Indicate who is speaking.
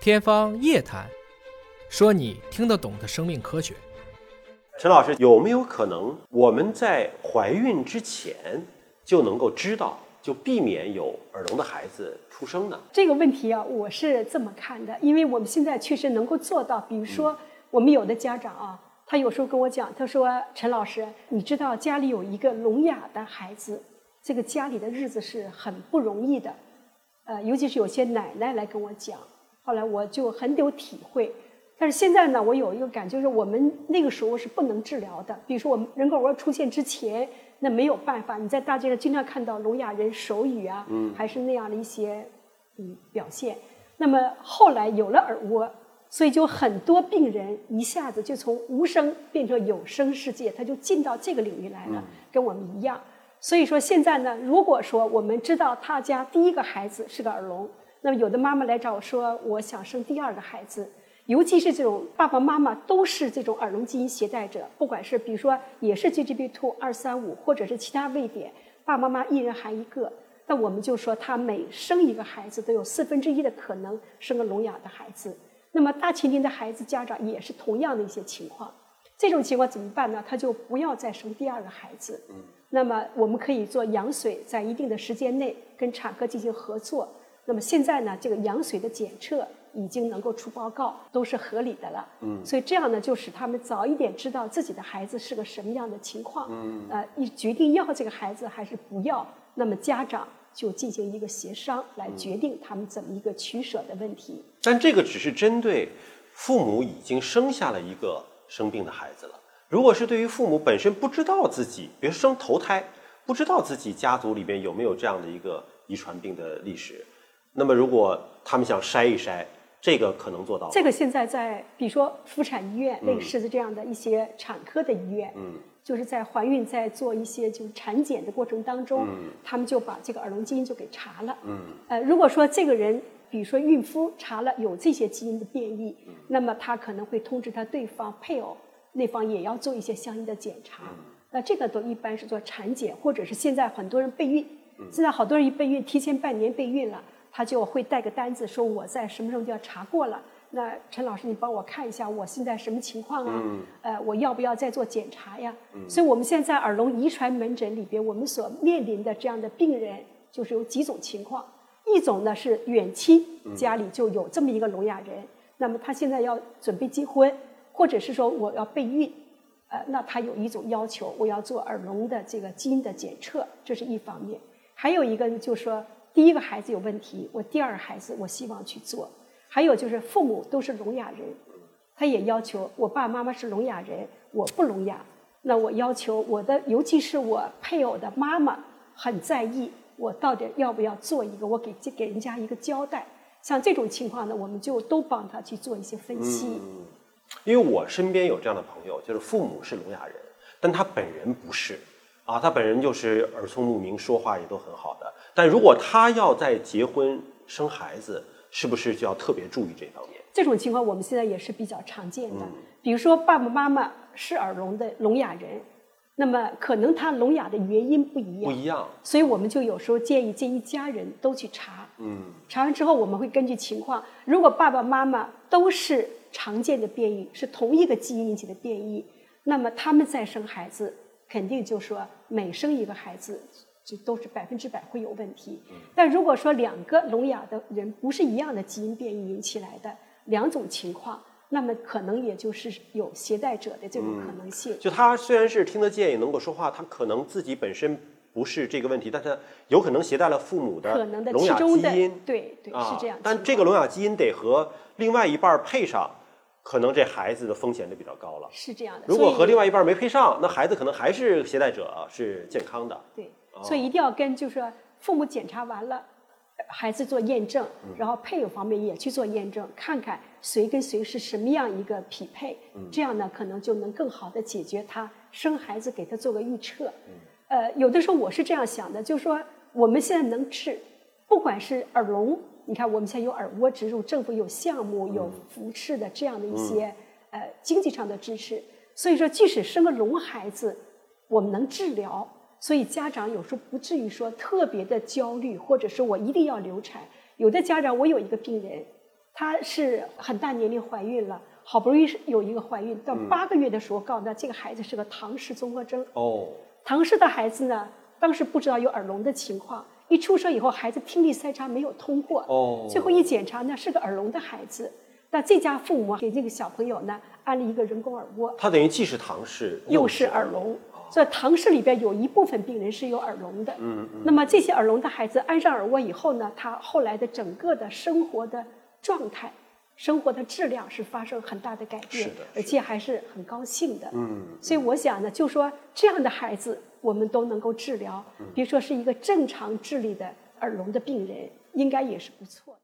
Speaker 1: 天方夜谭，说你听得懂的生命科学。
Speaker 2: 陈老师，有没有可能我们在怀孕之前就能够知道，就避免有耳聋的孩子出生呢？
Speaker 3: 这个问题啊，我是这么看的，因为我们现在确实能够做到。比如说，我们有的家长啊，他有时候跟我讲，他说：“陈老师，你知道家里有一个聋哑的孩子，这个家里的日子是很不容易的。”呃，尤其是有些奶奶来跟我讲，后来我就很有体会。但是现在呢，我有一个感觉，就是我们那个时候是不能治疗的。比如说，我们人工耳蜗出现之前，那没有办法。你在大街上经常看到聋哑人手语啊，还是那样的一些嗯表现。那么后来有了耳蜗，所以就很多病人一下子就从无声变成有声世界，他就进到这个领域来了，跟我们一样。所以说现在呢，如果说我们知道他家第一个孩子是个耳聋，那么有的妈妈来找我说，我想生第二个孩子。尤其是这种爸爸妈妈都是这种耳聋基因携带者，不管是比如说也是 GGB2 二三五，或者是其他位点，爸爸妈妈一人含一个，那我们就说他每生一个孩子都有四分之一的可能生个聋哑的孩子。那么大秦林的孩子家长也是同样的一些情况，这种情况怎么办呢？他就不要再生第二个孩子。那么我们可以做羊水，在一定的时间内跟产科进行合作。那么现在呢，这个羊水的检测已经能够出报告，都是合理的了。嗯，所以这样呢，就使他们早一点知道自己的孩子是个什么样的情况。嗯，呃，一决定要这个孩子还是不要，那么家长就进行一个协商，来决定他们怎么一个取舍的问题。
Speaker 2: 但这个只是针对父母已经生下了一个生病的孩子了。如果是对于父母本身不知道自己，比如生头胎，不知道自己家族里边有没有这样的一个遗传病的历史，那么如果他们想筛一筛，这个可能做到吗。
Speaker 3: 这个现在在，比如说妇产医院、类似的这样的一些产科的医院，嗯，就是在怀孕在做一些就是产检的过程当中，嗯，他们就把这个耳聋基因就给查了，嗯，呃，如果说这个人，比如说孕妇查了有这些基因的变异，那么他可能会通知他对方配偶那方也要做一些相应的检查，那这个都一般是做产检，或者是现在很多人备孕，现在好多人一备孕，提前半年备孕了。他就会带个单子，说我在什么时候就要查过了。那陈老师，你帮我看一下我现在什么情况啊？呃，我要不要再做检查呀？所以我们现在耳聋遗传门诊里边，我们所面临的这样的病人，就是有几种情况。一种呢是远亲家里就有这么一个聋哑人，那么他现在要准备结婚，或者是说我要备孕，呃，那他有一种要求，我要做耳聋的这个基因的检测，这是一方面。还有一个就是说。第一个孩子有问题，我第二个孩子我希望去做。还有就是父母都是聋哑人，他也要求我爸妈妈是聋哑人，我不聋哑，那我要求我的，尤其是我配偶的妈妈很在意，我到底要不要做一个，我给给人家一个交代。像这种情况呢，我们就都帮他去做一些分析。
Speaker 2: 因为我身边有这样的朋友，就是父母是聋哑人，但他本人不是啊，他本人就是耳聪目明，说话也都很好的。但如果他要再结婚生孩子，是不是就要特别注意这方面？
Speaker 3: 这种情况我们现在也是比较常见的。比如说，爸爸妈妈是耳聋的聋哑人，那么可能他聋哑的原因不一样，
Speaker 2: 不一样，
Speaker 3: 所以我们就有时候建议这一家人都去查。嗯，查完之后我们会根据情况，如果爸爸妈妈都是常见的变异，是同一个基因引起的变异，那么他们再生孩子，肯定就说每生一个孩子就都是百分之百会有问题。
Speaker 2: 嗯
Speaker 3: 但如果说两个聋哑的人不是一样的基因变异引起来的两种情况，那么可能也就是有携带者的这种
Speaker 2: 嗯
Speaker 3: 可能性。
Speaker 2: 就他虽然是听得见也能够说话，他可能自己本身不是这个问题，但他有可能携带了父母
Speaker 3: 可
Speaker 2: 的
Speaker 3: 能的
Speaker 2: 聋
Speaker 3: 其
Speaker 2: 哑
Speaker 3: 中的
Speaker 2: 基因，
Speaker 3: 对对、
Speaker 2: 啊，
Speaker 3: 是这样。
Speaker 2: 但这个聋哑基因得和另外一半儿配上，可能这孩子的风险就比较高了。
Speaker 3: 是这样的，
Speaker 2: 如果
Speaker 3: 所以
Speaker 2: 和另外一半儿没配上，那孩子可能还是携带者，是健康的。
Speaker 3: 对，所以一定要跟就是说父母检查完了，呃孩子做验证，然后配偶方面也去做验证，看看谁跟谁是什么样一个匹配，这样呢可能就能更好的解决他生孩子给他做个预测。呃，有的时候我是这样想的，就是说我们现在能治，不管是耳聋，你看我们现在有耳蜗植入，政府有项目有扶持的这样的一些、呃经济上的支持，所以说即使生个聋孩子，我们能治疗，所以家长有时候不至于说特别的焦虑，或者是我一定要流产。有的家长，我有一个病人，她是很大年龄怀孕了，好不容易是有一个怀孕，到八个月的时候告诉她这个孩子是个唐氏综合征。
Speaker 2: 哦，
Speaker 3: 唐氏的孩子呢，当时不知道有耳聋的情况，一出生以后孩子听力筛查没有通过，
Speaker 2: 哦
Speaker 3: 最后一检查呢是个耳聋的孩子。那这家父母啊给这个小朋友呢安了一个人工耳蜗，
Speaker 2: 他等于既是唐氏
Speaker 3: 又是耳聋。所以唐氏里边有一部分病人是有耳聋的。哦嗯嗯。那么这些耳聋的孩子安上耳蜗以后呢，他后来的整个的生活的状态、生活的质量是发生很大的改变，
Speaker 2: 是的
Speaker 3: 而且还是很高兴的。嗯。所以我想呢，就说这样的孩子我们都能嗯够治疗，比如说是一个正常智力的耳聋的病人，应该也是不错的。